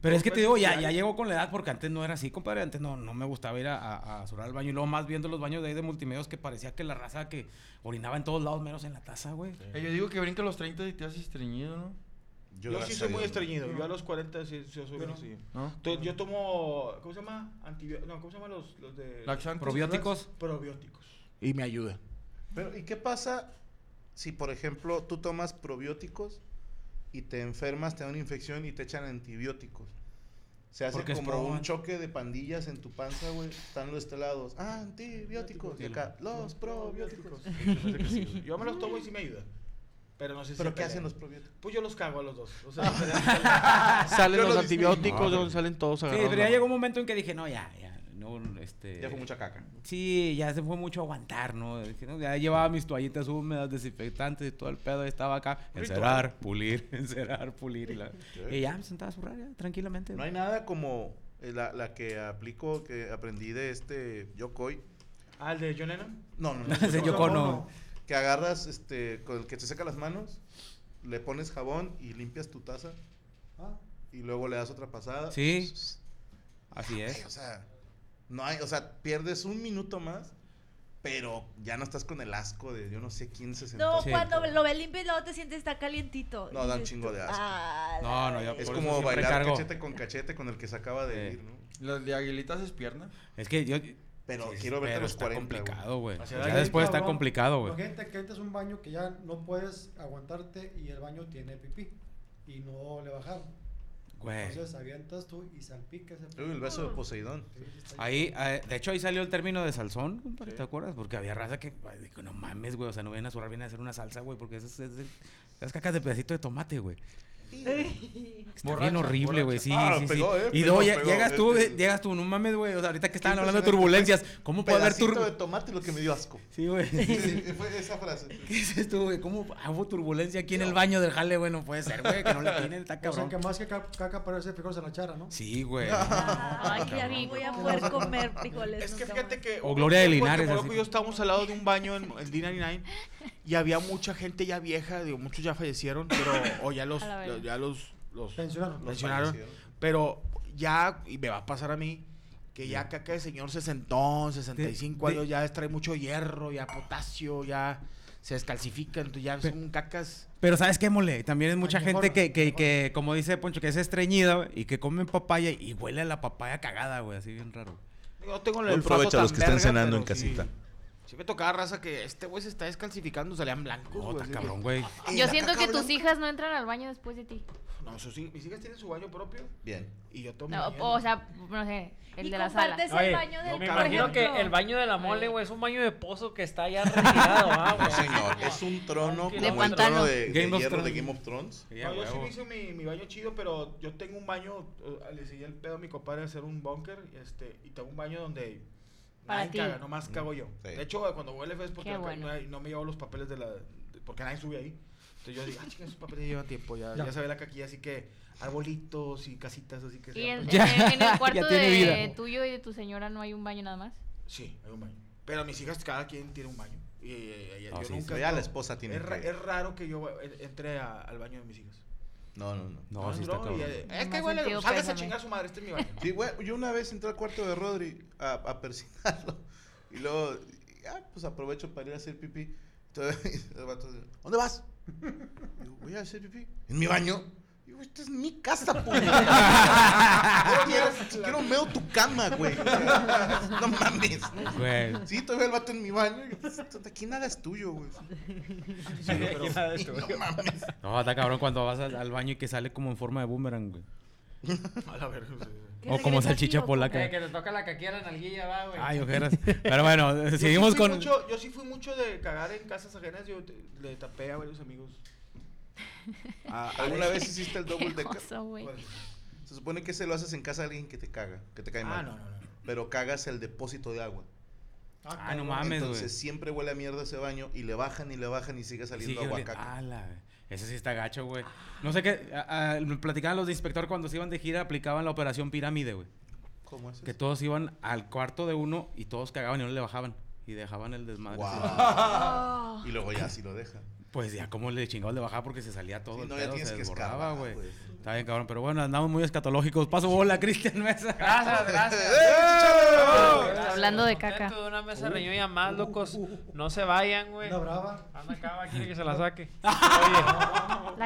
Speaker 6: Pero es que te digo, ya, ya llegó con la edad porque antes no era así, compadre. Antes no, no me gustaba ir a, a, a zurrar al baño. Y luego más viendo los baños de ahí de multimedios que parecía que la raza que orinaba en todos lados menos en la taza, güey.
Speaker 4: Eh, Yo digo que brinca los 30 y te haces estreñido, ¿no?
Speaker 8: Yo, sí soy muy estreñido. Yo a los 40 sí, sí soy muy
Speaker 6: no.
Speaker 8: estreñido.
Speaker 6: ¿No?
Speaker 8: To- Yo tomo, ¿cómo se llama? Antibióticos. No, ¿cómo se llama los, los de...
Speaker 6: Laxantes. Probióticos.
Speaker 8: Probióticos.
Speaker 6: Y me ayuda.
Speaker 3: Pero, ¿y qué pasa si, por ejemplo, tú tomas probióticos y te enfermas, te da una infección y te echan antibióticos? Se hace
Speaker 6: Porque es
Speaker 3: como un
Speaker 6: probo-
Speaker 3: choque de pandillas en tu panza, güey. Están los telados. Antibióticos. Y acá, los probióticos.
Speaker 8: Yo me los tomo y sí me ayuda. Pero no sé si
Speaker 3: ¿Pero qué
Speaker 8: pelean.
Speaker 3: hacen los probióticos?
Speaker 8: Pues yo los cago a los dos. O sea,
Speaker 6: Salen los
Speaker 8: antibióticos,
Speaker 6: No,
Speaker 8: don- salen todos
Speaker 6: Sí,
Speaker 8: agarrados,
Speaker 6: pero ya
Speaker 8: ¿no?
Speaker 6: llegó un momento en que dije, no, ya, ya. No, este,
Speaker 3: Ya fue mucha caca.
Speaker 6: Sí, ya se fue mucho aguantar, ¿no? Dije, no, Ya llevaba mis toallitas húmedas, desinfectantes y todo el pedo. y Estaba acá.
Speaker 3: Ritual.
Speaker 6: Encerar, pulir, encerar, pulir. Y, la- y ya me sentaba a zurrar ya, tranquilamente.
Speaker 3: No hay nada como eh, la, la que aplico, que aprendí de este Yokoi.
Speaker 8: ¿Ah, el de John Lennon?
Speaker 3: No, no, no.
Speaker 6: Ese
Speaker 3: no,
Speaker 6: Yoko
Speaker 3: no,
Speaker 6: Ono.
Speaker 3: no. Que agarras, este, con el que te seca las manos, le pones jabón y limpias tu taza. Y luego le das otra pasada.
Speaker 6: Ah. Sí. Así es.
Speaker 3: O sea, no hay, o sea, pierdes un minuto más, pero ya no estás con el asco de yo no sé quién se sentó.
Speaker 9: No, cuando lo ves limpio y luego te sientes está calientito.
Speaker 3: No,
Speaker 9: Y
Speaker 3: da un
Speaker 9: dices
Speaker 3: chingo
Speaker 9: tú,
Speaker 3: de asco.
Speaker 9: "Ah, la
Speaker 6: No, no, ya
Speaker 3: Es
Speaker 6: por eso
Speaker 3: como
Speaker 6: siempre
Speaker 3: bailar
Speaker 6: cargo.
Speaker 3: cachete con cachete con el que se acaba de ir, ¿no?
Speaker 4: Los de Aguilitas es pierna.
Speaker 6: Es que yo.
Speaker 3: Pero
Speaker 6: sí,
Speaker 3: quiero verte
Speaker 6: pero
Speaker 3: los
Speaker 6: está
Speaker 3: 40, güey.
Speaker 6: complicado, güey.
Speaker 3: O sea,
Speaker 6: Ya
Speaker 3: ahí,
Speaker 6: después está
Speaker 10: Cabrón,
Speaker 6: complicado, güey.
Speaker 10: Imagínate que entras a un baño que ya no puedes aguantarte y el baño tiene pipí y no le bajaron.
Speaker 6: Güey.
Speaker 10: Entonces avientas tú y salpicas.
Speaker 3: Uy, el beso de Poseidón.
Speaker 6: Ahí, eh, de hecho, ahí salió el término de salsón, compadre, ¿te acuerdas? Porque había raza que, ay, digo, no mames, güey, o sea, no vienen a surar, vienen a hacer una salsa, güey, porque esas es, es- esas cacas de pedacito de tomate, güey. Está bien horrible, güey, sí,
Speaker 3: Ah,
Speaker 6: sí,
Speaker 3: pegó,
Speaker 6: sí.
Speaker 3: eh,
Speaker 6: y
Speaker 3: pegó,
Speaker 6: luego lle-
Speaker 3: pegó,
Speaker 6: llegas tú,
Speaker 3: este-
Speaker 6: eh, llegas tú, no mames, güey, o sea, ahorita que estaban
Speaker 3: Qué
Speaker 6: hablando de
Speaker 3: impresionante,
Speaker 6: turbulencias, ¿cómo puede haber
Speaker 3: Pedacito
Speaker 6: tur-
Speaker 3: de tomate lo que me dio asco.
Speaker 6: Sí, güey.
Speaker 3: Fue esa frase.
Speaker 6: ¿Qué dices tú, güey? ¿Cómo ah, hubo turbulencia aquí en el baño del jale, güey? No puede ser, güey, que no la tienen, está
Speaker 10: O sea,
Speaker 6: cabrón.
Speaker 10: que más que ca- caca parece frijoles en la chara, ¿no?
Speaker 6: Sí, güey.
Speaker 9: Ay, ya no
Speaker 10: Cabrón.
Speaker 9: voy a poder comer frijoles.
Speaker 8: Es que
Speaker 9: nunca
Speaker 8: fíjate
Speaker 9: más".
Speaker 8: que.
Speaker 6: O Gloria de
Speaker 8: tiempo en
Speaker 6: Linares,
Speaker 8: Tlatelolco
Speaker 6: así.
Speaker 8: y yo estábamos al lado de un baño en, en D99 y había mucha gente ya vieja, digo, muchos ya fallecieron, pero. O ya los.
Speaker 10: A la verga.
Speaker 8: Ya los. los
Speaker 10: Pensionaron.
Speaker 8: los pensionaron, Pero ya. Y me va a pasar a mí. Que ya caca de señor sesentón, 65
Speaker 6: De- de-
Speaker 8: años, ya trae mucho hierro, ya potasio, ya se descalcifica, entonces ya son cacas.
Speaker 6: Pero ¿sabes qué, mole? También es mucha
Speaker 8: Añejona,
Speaker 6: gente que, que, que, como dice Poncho, que es estreñida güey, y que comen papaya y huele a la papaya cagada, güey, así bien raro.
Speaker 8: Yo tengo
Speaker 3: Un
Speaker 8: el
Speaker 3: provecho
Speaker 8: olfato
Speaker 3: a los
Speaker 8: tan
Speaker 3: que están
Speaker 8: verga,
Speaker 3: cenando
Speaker 8: pero
Speaker 3: en
Speaker 8: sí.
Speaker 3: casita.
Speaker 8: Sí me tocaba raza que este güey se está descalcificando, salían blancos. güey, así que-
Speaker 6: cabrón, güey.
Speaker 5: Yo siento que tus hijas no entran al baño después de ti.
Speaker 8: No, sus hij- mis hijas tienen su baño propio.
Speaker 3: Bien.
Speaker 8: Y yo tomo.
Speaker 5: No,
Speaker 8: mi
Speaker 5: o sea, no sé, el
Speaker 9: Y
Speaker 5: de la sala.
Speaker 9: compartes el baño del
Speaker 7: me
Speaker 9: por
Speaker 7: imagino que
Speaker 9: ejemplo.
Speaker 7: el baño de la mole, güey, es un baño de pozo que está ya retirado, ah, güey.
Speaker 3: Señor, es un trono
Speaker 7: De
Speaker 3: como el
Speaker 7: pantano.
Speaker 3: trono de, de
Speaker 6: Game of
Speaker 3: hierro de
Speaker 6: Thrones.
Speaker 3: Game of Thrones.
Speaker 5: pues,
Speaker 8: No, yo sí me hice mi, mi baño chido, pero yo tengo un baño, eh, le seguí el pedo a mi compadre a hacer un búnker, este, y tengo un baño donde
Speaker 5: Para
Speaker 8: nadie
Speaker 5: ti.
Speaker 8: caga, nomás cago yo.
Speaker 3: Mm, Sí.
Speaker 8: De hecho, cuando voy al FES porque
Speaker 5: Qué
Speaker 8: no,
Speaker 5: bueno.
Speaker 8: no- no me llevo los papeles de la, de- porque nadie sube ahí. Entonces yo digo, ah, chicas, esos papeles ya llevan tiempo, ya, ya.
Speaker 10: Ya.
Speaker 8: se ve la caquilla, así que arbolitos y casitas, así que...
Speaker 5: Y
Speaker 8: sea- pues,
Speaker 5: en,
Speaker 6: Ya,
Speaker 5: Eh, en el- en el
Speaker 6: ya
Speaker 5: cuarto
Speaker 6: tiene
Speaker 5: de
Speaker 6: vida.
Speaker 5: tuyo y de tu señora no hay un baño nada más.
Speaker 8: Sí, hay un baño. Pero mis hijas, cada quien tiene un baño. Y, eh, eh,
Speaker 6: Ah,
Speaker 8: yo
Speaker 6: sí,
Speaker 8: nunca...
Speaker 3: sí. Ya la esposa tiene
Speaker 8: Es, ra-
Speaker 3: que-
Speaker 8: es raro que yo eh, entre a- al baño de mis hijas.
Speaker 3: No, no, no.
Speaker 6: No, sí
Speaker 8: Y,
Speaker 6: está cabrón.
Speaker 8: eh, Es que
Speaker 5: Nomás
Speaker 8: huele,
Speaker 5: sentido
Speaker 8: salgas a
Speaker 5: pésame.
Speaker 8: chingar a su madre, este es mi baño.
Speaker 3: Sí, güey, yo una vez entré al cuarto de Rodri a, a persignarlo. Y luego, ah, pues aprovecho para ir a hacer pipí. Entonces, el vato dice, ¿dónde vas? Digo, voy a hacer pipí. ¿En mi baño? Digo, esta es mi casa, puñeta. quiero, quiero meo tu cama, güey. O sea, no mames.
Speaker 6: Güey.
Speaker 3: Sí, todavía el vato en mi baño. Y yo, Aquí nada es tuyo, güey.
Speaker 7: Aquí nada de esto, güey.
Speaker 3: No mames.
Speaker 6: No, está cabrón cuando vas al, al baño y que sale como en forma de boomerang, güey.
Speaker 8: A la verga. sí, sí.
Speaker 9: Que
Speaker 6: O como
Speaker 9: regresa
Speaker 6: salchicha
Speaker 9: vivo,
Speaker 7: Eh,
Speaker 6: polaca.
Speaker 7: que te toca la caquiera en alguilla, va, güey.
Speaker 6: Ay, ojeras. Pero bueno,
Speaker 8: Yo sí
Speaker 6: seguimos
Speaker 8: fui
Speaker 6: con...
Speaker 8: mucho- yo sí fui mucho de cagar en casas ajenas. Yo te- le tapé a varios amigos.
Speaker 3: Ah, ¿Alguna vez hiciste el double decker?
Speaker 5: Oso, güey.
Speaker 3: Se supone que se lo haces en casa de alguien que te caga, que te cae mal.
Speaker 8: Ah, no, no, no.
Speaker 3: Pero cagas el depósito de agua.
Speaker 6: Ah, no mames,
Speaker 3: Entonces
Speaker 6: güey.
Speaker 3: siempre huele a mierda ese baño y le bajan y le bajan y sigue saliendo
Speaker 6: Sigue
Speaker 3: agua a
Speaker 6: oliendo.
Speaker 3: caca.
Speaker 6: Ala, güey. Ese sí está gacho, güey. No sé qué... a- a- me platicaban los de inspector cuando se iban de gira, aplicaban la operación pirámide, güey.
Speaker 3: ¿Cómo es eso?
Speaker 6: Ah, Que todos iban al cuarto de uno y todos cagaban y no le bajaban. Y dejaban el desmadre.
Speaker 3: Guau. y luego ya sí lo deja.
Speaker 6: Pues ya como le chingados le bajaba porque se salía todo
Speaker 3: Sí,
Speaker 6: el
Speaker 3: no, ya
Speaker 6: pedo,
Speaker 3: tienes
Speaker 6: se
Speaker 3: que
Speaker 6: desbordaba,
Speaker 3: escarbar,
Speaker 6: güey. ¡Eh,
Speaker 3: pues.
Speaker 6: Está bien, cabrón, pero bueno, andamos muy escatológicos. Paso bola, Cristian Mesa.
Speaker 7: Gracias,
Speaker 6: eh,
Speaker 7: gracias.
Speaker 5: Hablando de
Speaker 7: Contento
Speaker 5: caca.
Speaker 7: de una mesa reñida más, uh. locos. No se vayan, güey.
Speaker 10: Una brava.
Speaker 7: Anda acá, va, quiere que se la saque.
Speaker 5: ¿La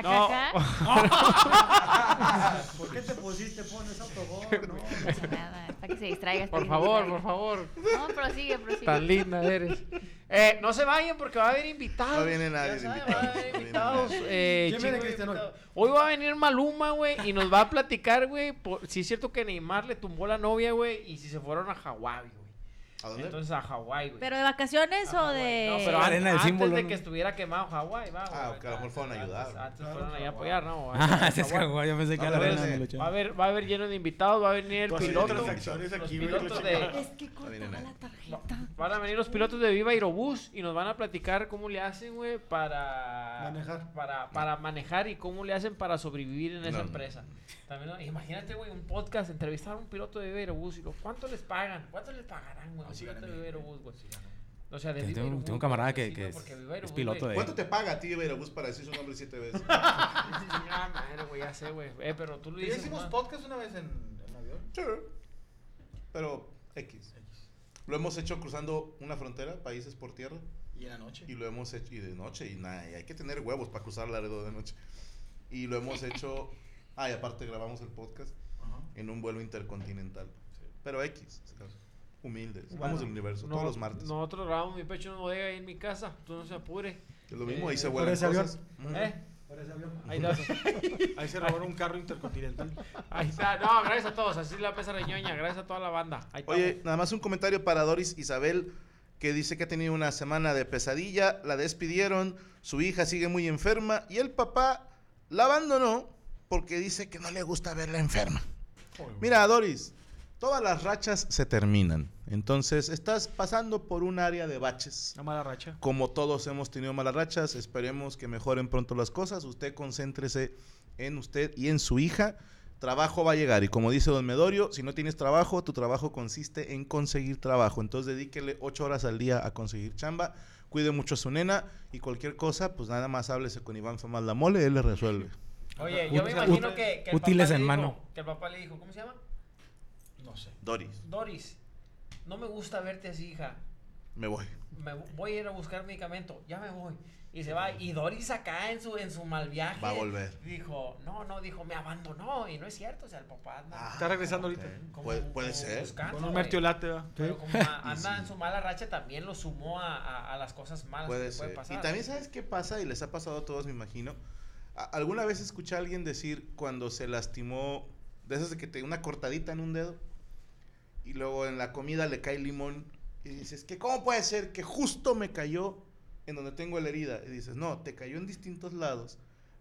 Speaker 7: No.
Speaker 8: Ah,
Speaker 5: caca?
Speaker 10: ¿Por qué te pusiste pones autogol? No,
Speaker 5: pasa nada, es para que se distraigas.
Speaker 7: Por favor, por favor.
Speaker 5: No, prosigue, prosigue.
Speaker 7: Tan linda eres. Eh, no se vayan porque va a haber invitados.
Speaker 3: No viene nadie
Speaker 7: Ya
Speaker 3: de
Speaker 7: saben,
Speaker 3: invitado.
Speaker 7: Va a haber invitados. eh,
Speaker 10: ¿Quién viene,
Speaker 7: chingo de
Speaker 10: Cristian, hoy?
Speaker 7: invitados. Hoy va a venir Maluma, güey, y nos va a platicar, güey, por- si es cierto que Neymar le tumbó la novia, güey, y si se fueron a Hawái, güey.
Speaker 3: ¿A dónde?
Speaker 7: Entonces a Hawái, güey.
Speaker 9: ¿Pero eh, de vacaciones
Speaker 8: Ah,
Speaker 9: o de.?
Speaker 7: No, pero
Speaker 6: La
Speaker 7: an-
Speaker 6: arena del
Speaker 7: antes
Speaker 6: símbolo,
Speaker 7: de
Speaker 6: ¿no?
Speaker 7: que estuviera quemado Hawái, va.
Speaker 3: Ah,
Speaker 7: güey,
Speaker 3: que a lo mejor fueron a
Speaker 7: antes-
Speaker 3: ayudar.
Speaker 7: Antes
Speaker 10: Claro,
Speaker 7: fueron allá a
Speaker 10: Hawái.
Speaker 7: apoyar, ¿no?
Speaker 6: Ah, se escapó, yo pensé que a la
Speaker 3: No,
Speaker 6: arena
Speaker 3: no,
Speaker 6: me
Speaker 3: no.
Speaker 6: luchaba.
Speaker 7: Va a haber, va a haber lleno de invitados, va a venir el
Speaker 6: Pues
Speaker 3: Tú haces
Speaker 7: piloto.
Speaker 3: transacciones
Speaker 7: los
Speaker 3: aquí, güey, la
Speaker 7: pilotos
Speaker 3: chingada.
Speaker 7: de,
Speaker 9: Es que
Speaker 3: No viene
Speaker 9: cortaba
Speaker 3: nadie.
Speaker 9: la tarjeta.
Speaker 7: Van a venir los pilotos de Viva Aerobús y nos van a platicar cómo le hacen, güey, para
Speaker 10: Manejar.
Speaker 7: Para, para manejar y cómo le hacen para sobrevivir en esa
Speaker 3: No, no.
Speaker 7: empresa. También, ¿no? imagínate, güey, un podcast, entrevistar a un piloto de Viva Aerobús y lo, ¿cuánto les pagan? ¿Cuánto les pagarán, güey? un piloto de Viva Aerobús, güey. O sea, de
Speaker 6: Tengo-
Speaker 7: Viva
Speaker 6: tengo un
Speaker 7: Aerobús,
Speaker 6: camarada
Speaker 7: güey,
Speaker 6: que-
Speaker 7: sí,
Speaker 6: que
Speaker 7: güey,
Speaker 6: es-
Speaker 7: porque Viva
Speaker 6: es
Speaker 7: Aerobús,
Speaker 6: piloto
Speaker 7: güey,
Speaker 6: de-
Speaker 3: ¿Cuánto te paga a ti Veracruz para decir su nombre siete veces?
Speaker 7: chingada madre, güey, ya sé, güey. Eh, pero tú lo dices. ¿no?
Speaker 8: podcast una vez en, en avión?
Speaker 3: Sí. Pero X. Lo hemos hecho cruzando una frontera, países por tierra,
Speaker 8: Y en la noche.
Speaker 3: y lo hemos hecho y de noche y nada, y hay que tener huevos para cruzar Laredo de noche. Y lo hemos hecho, ah, y aparte grabamos el podcast
Speaker 8: Ajá.
Speaker 3: en un vuelo intercontinental. Pero X, o sea, humildes, vamos del universo,
Speaker 7: No-
Speaker 3: todos los martes.
Speaker 7: Nosotros grabamos mi pecho en una bodega ahí en mi casa. Tú no se apure.
Speaker 3: Es lo mismo, ahí se
Speaker 10: por
Speaker 3: vuelan
Speaker 10: ese avión.
Speaker 3: cosas. Ujú.
Speaker 7: ¿Eh?
Speaker 10: por ese avión.
Speaker 7: Ahí está.
Speaker 8: Ahí se robaron un carro intercontinental.
Speaker 7: Ahí está. No, gracias a todos. Así es la mesa reñoña. Gracias a toda la banda. Ahí
Speaker 3: Oye, nada más un comentario para Doris Isabel, que dice que ha tenido una semana de pesadilla, la despidieron, su hija sigue muy enferma y el papá la abandonó porque dice que no le gusta verla enferma. Mira, Doris, todas las rachas se terminan. Entonces, estás pasando por un área de baches.
Speaker 8: Una mala racha.
Speaker 3: Como todos hemos tenido malas rachas, esperemos que mejoren pronto las cosas. Usted concéntrese en usted y en su hija. Trabajo va a llegar y como dice don Medorio, si no tienes trabajo, tu trabajo consiste en conseguir trabajo. Entonces dedíquele ocho horas al día a conseguir chamba. Cuide mucho a su nena y cualquier cosa, pues nada más háblese con Iván Famal la mole, él le resuelve.
Speaker 7: Oye, yo me
Speaker 6: Ut-
Speaker 7: imagino
Speaker 6: ut-
Speaker 7: que, que el
Speaker 6: útiles
Speaker 7: papá
Speaker 6: en
Speaker 7: le dijo-
Speaker 6: mano.
Speaker 7: que el papá le dijo, ¿cómo se llama?
Speaker 8: No sé.
Speaker 3: Doris,
Speaker 7: Doris, no me gusta verte así, hija.
Speaker 3: me voy.
Speaker 7: Me vo- voy a ir a buscar medicamento. Ya me voy. Y se va. Y Doris acá en su, en su mal viaje.
Speaker 3: Va a volver.
Speaker 7: Dijo, no, no, dijo, me abandonó. Y no es cierto. O sea, el papá anda.
Speaker 4: Ah,
Speaker 8: Está regresando ahorita.
Speaker 7: como-
Speaker 3: Ah, Puede,
Speaker 7: como
Speaker 3: puede ser.
Speaker 7: buscando,
Speaker 8: Con un
Speaker 7: güey.
Speaker 8: mertiolate, ¿verdad?
Speaker 7: Pero como a- anda en su mala racha, también lo sumó a, a- a las cosas malas
Speaker 3: Puede
Speaker 7: que te pueden
Speaker 3: ser.
Speaker 7: pasar.
Speaker 3: Y también sabes qué pasa, y les ha pasado a todos, me imagino. A- ¿Alguna vez escuché a alguien decir cuando se lastimó, de esas de que te una cortadita en un dedo, y luego en la comida le cae limón, y dices, que cómo puede ser que justo me cayó en donde tengo la herida? Y dices, no, te cayó en distintos lados,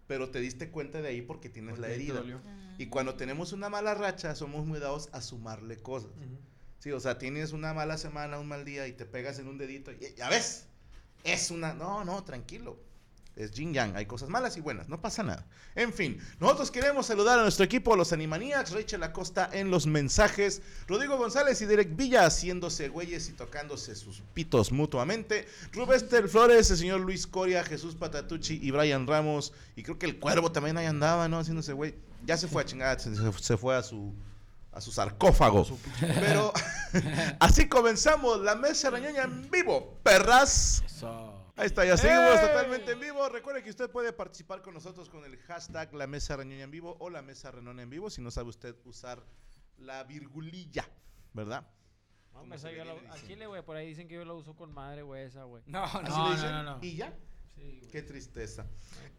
Speaker 3: pero te diste cuenta de ahí porque tienes la herida.
Speaker 9: Ah,
Speaker 3: Y cuando tenemos una mala racha, somos muy dados a sumarle cosas. Sí, o sea, tienes una mala semana, un mal día y te pegas en un dedito. Y, ya ves, es una... No, no, tranquilo. Es yin yang, hay cosas malas y buenas, no pasa nada. En fin, nosotros queremos saludar a nuestro equipo, los Animaniacs, Rachel Acosta en los mensajes, Rodrigo González y Derek Villa haciéndose güeyes y tocándose sus pitos mutuamente, Rubester Flores, el señor Luis Coria, Jesús Patatucci y Brian Ramos, y creo que el cuervo también ahí andaba, ¿no? Haciéndose güey. Ya se fue a chingar, se, se- se fue a su, a su sarcófago. Pero así comenzamos la mesa rañoña en vivo, perras. Ahí está, ya seguimos totalmente en vivo. Recuerde que usted puede participar con nosotros con el hashtag La Mesa Reñoña en Vivo o La Mesa Renona en Vivo si no sabe usted usar la virgulilla, ¿verdad?
Speaker 7: No,
Speaker 3: Como
Speaker 7: hombre,
Speaker 3: se
Speaker 7: esa
Speaker 3: le
Speaker 7: yo la-
Speaker 3: viene
Speaker 7: al
Speaker 3: diciendo.
Speaker 7: chile, güey, por ahí dicen que yo la uso con madre, güey, esa, güey.
Speaker 6: No, no,
Speaker 3: Así
Speaker 6: no,
Speaker 3: le dicen,
Speaker 6: no, no.
Speaker 3: Y ya,
Speaker 7: Sí, güey.
Speaker 3: qué tristeza.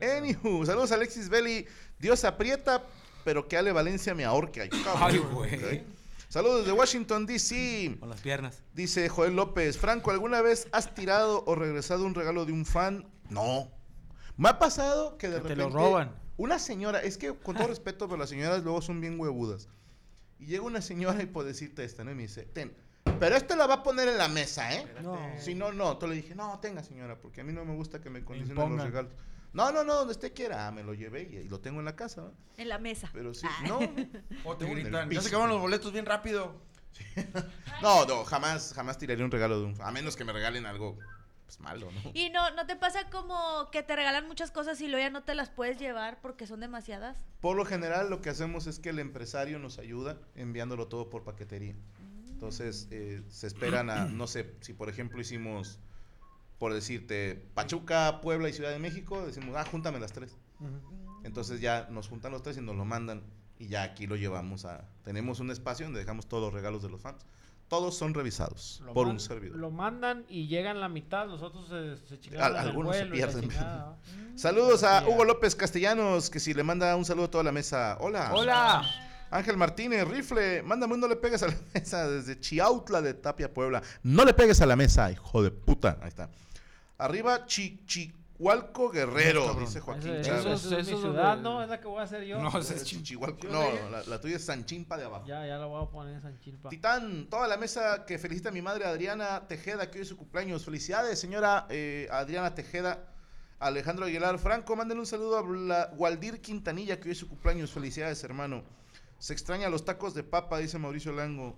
Speaker 3: Anywho, saludos a Alexis Belli. Dios aprieta, pero que Ale Valencia me ahorque. Ay, cabrón.
Speaker 6: Ay, güey.
Speaker 3: Ok. Saludos de Washington, D.C.
Speaker 6: Con las piernas.
Speaker 3: Dice Joel López, Franco, ¿alguna vez has tirado o regresado un regalo de un fan? No. Me ha pasado que de
Speaker 8: Que te
Speaker 3: repente...
Speaker 8: lo roban.
Speaker 3: Una señora, es que con todo respeto, pero las señoras luego son bien huevudas. Y llega una señora y puede decirte esta, ¿no? Y me dice, ten, pero esto la va a poner en la mesa, ¿eh?
Speaker 10: No.
Speaker 3: Si no, no. Tú le dije, no, tenga señora, porque a mí no me gusta que me condicionen los
Speaker 8: impongan.
Speaker 3: regalos. No, no, no, donde usted quiera. Ah, me lo llevé y, y lo tengo en la casa, ¿no?
Speaker 9: En la mesa.
Speaker 3: Pero sí, no.
Speaker 4: O te
Speaker 3: Tú en el
Speaker 4: gritan, ya
Speaker 3: piso.
Speaker 4: se acabaron los boletos bien rápido.
Speaker 3: No, no, jamás, jamás tiraría un regalo de un fan. A menos que me regalen algo, pues, malo, ¿no?
Speaker 9: ¿Y no, no te pasa como que te regalan muchas cosas y luego ya no te las puedes llevar porque son demasiadas?
Speaker 3: Por lo general, lo que hacemos es que el empresario nos ayuda enviándolo todo por paquetería. Entonces, eh, se esperan a, no sé, si por ejemplo hicimos, por decirte, Pachuca, Puebla y Ciudad de México, decimos, ah, júntame las tres. Entonces ya nos juntan los tres y nos lo mandan. Y ya aquí lo llevamos a... Tenemos un espacio donde dejamos todos los regalos de los fans. Todos son revisados
Speaker 7: Lo
Speaker 3: por
Speaker 7: man-
Speaker 3: un servidor.
Speaker 7: Lo mandan y llegan la mitad, los otros se, se chingaron
Speaker 3: Al-
Speaker 7: en el
Speaker 3: algunos se
Speaker 7: vuelo y la
Speaker 3: pierden.
Speaker 7: chingada.
Speaker 3: Saludos a Hugo López Castellanos, que si le manda un saludo a toda la mesa. Hola.
Speaker 7: Hola.
Speaker 3: Ángel Martínez, rifle, mándame un no le pegues a la mesa desde Chiautla de Tapia, Puebla. No le pegues a la mesa, hijo de puta. Ahí está. Arriba, Chichihualco Guerrero, dice Joaquín
Speaker 7: Eso-
Speaker 3: Chávez.
Speaker 7: eso es- eso es mi ciudad, ¿no? Es la que voy a hacer yo.
Speaker 3: No, ese es Chichihualco. No, la, la tuya es Sanchimpa de abajo.
Speaker 7: Ya, ya la voy a poner en San Chilpa.
Speaker 3: Titán, toda la mesa que felicita a mi madre Adriana Tejeda, que hoy es su cumpleaños. Felicidades, señora eh, Adriana Tejeda. Alejandro Aguilar Franco, mándenle un saludo a Bla- Waldir Quintanilla, que hoy es su cumpleaños. Felicidades, hermano. Se extraña los tacos de papa, dice Mauricio Lango.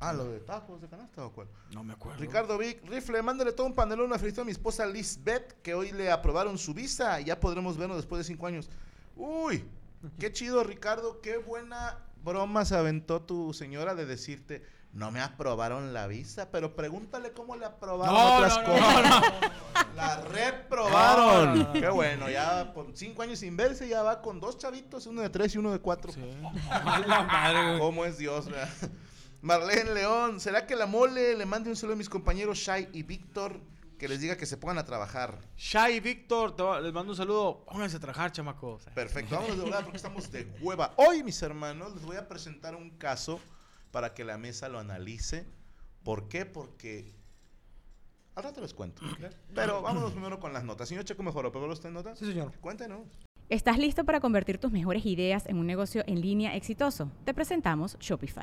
Speaker 3: Ah, lo de tacos de canasta o cuál.
Speaker 8: No me acuerdo.
Speaker 3: Ricardo Vic, rifle, mándale todo un panelón, una felicitación a mi esposa Lisbeth, que hoy le aprobaron su visa y ya podremos vernos después de cinco años. Uy, qué chido, Ricardo, qué buena broma se aventó tu señora de decirte, no me aprobaron la visa, pero pregúntale cómo le aprobaron
Speaker 8: No,
Speaker 3: otras
Speaker 8: no, no,
Speaker 3: cosas.
Speaker 8: no, no,
Speaker 3: La reprobaron.
Speaker 8: No, no, no,
Speaker 3: Qué
Speaker 8: no.
Speaker 3: bueno, ya por cinco años sin verse, ya va con dos chavitos, uno de tres y uno de cuatro.
Speaker 6: Ah.
Speaker 3: ¿Cómo es Dios, verdad? Marlene León, ¿será que la mole le mande un saludo a mis compañeros Shai y Víctor que les diga que se pongan a trabajar?
Speaker 8: Shai y Víctor, te va- les mando un saludo. Pónganse a trabajar, chamacos.
Speaker 3: Perfecto, vámonos de volada porque estamos de hueva. Hoy, mis hermanos, les voy a presentar un caso para que la mesa lo analice. ¿Por qué? Porque. Al rato les cuento. Pero vámonos primero con las notas. Señor Checo Mejoró, ¿pero usted en nota? Sí,
Speaker 10: señor.
Speaker 3: Cuéntenos.
Speaker 2: ¿Estás listo para convertir tus mejores ideas en un negocio en línea exitoso? Te presentamos Shopify.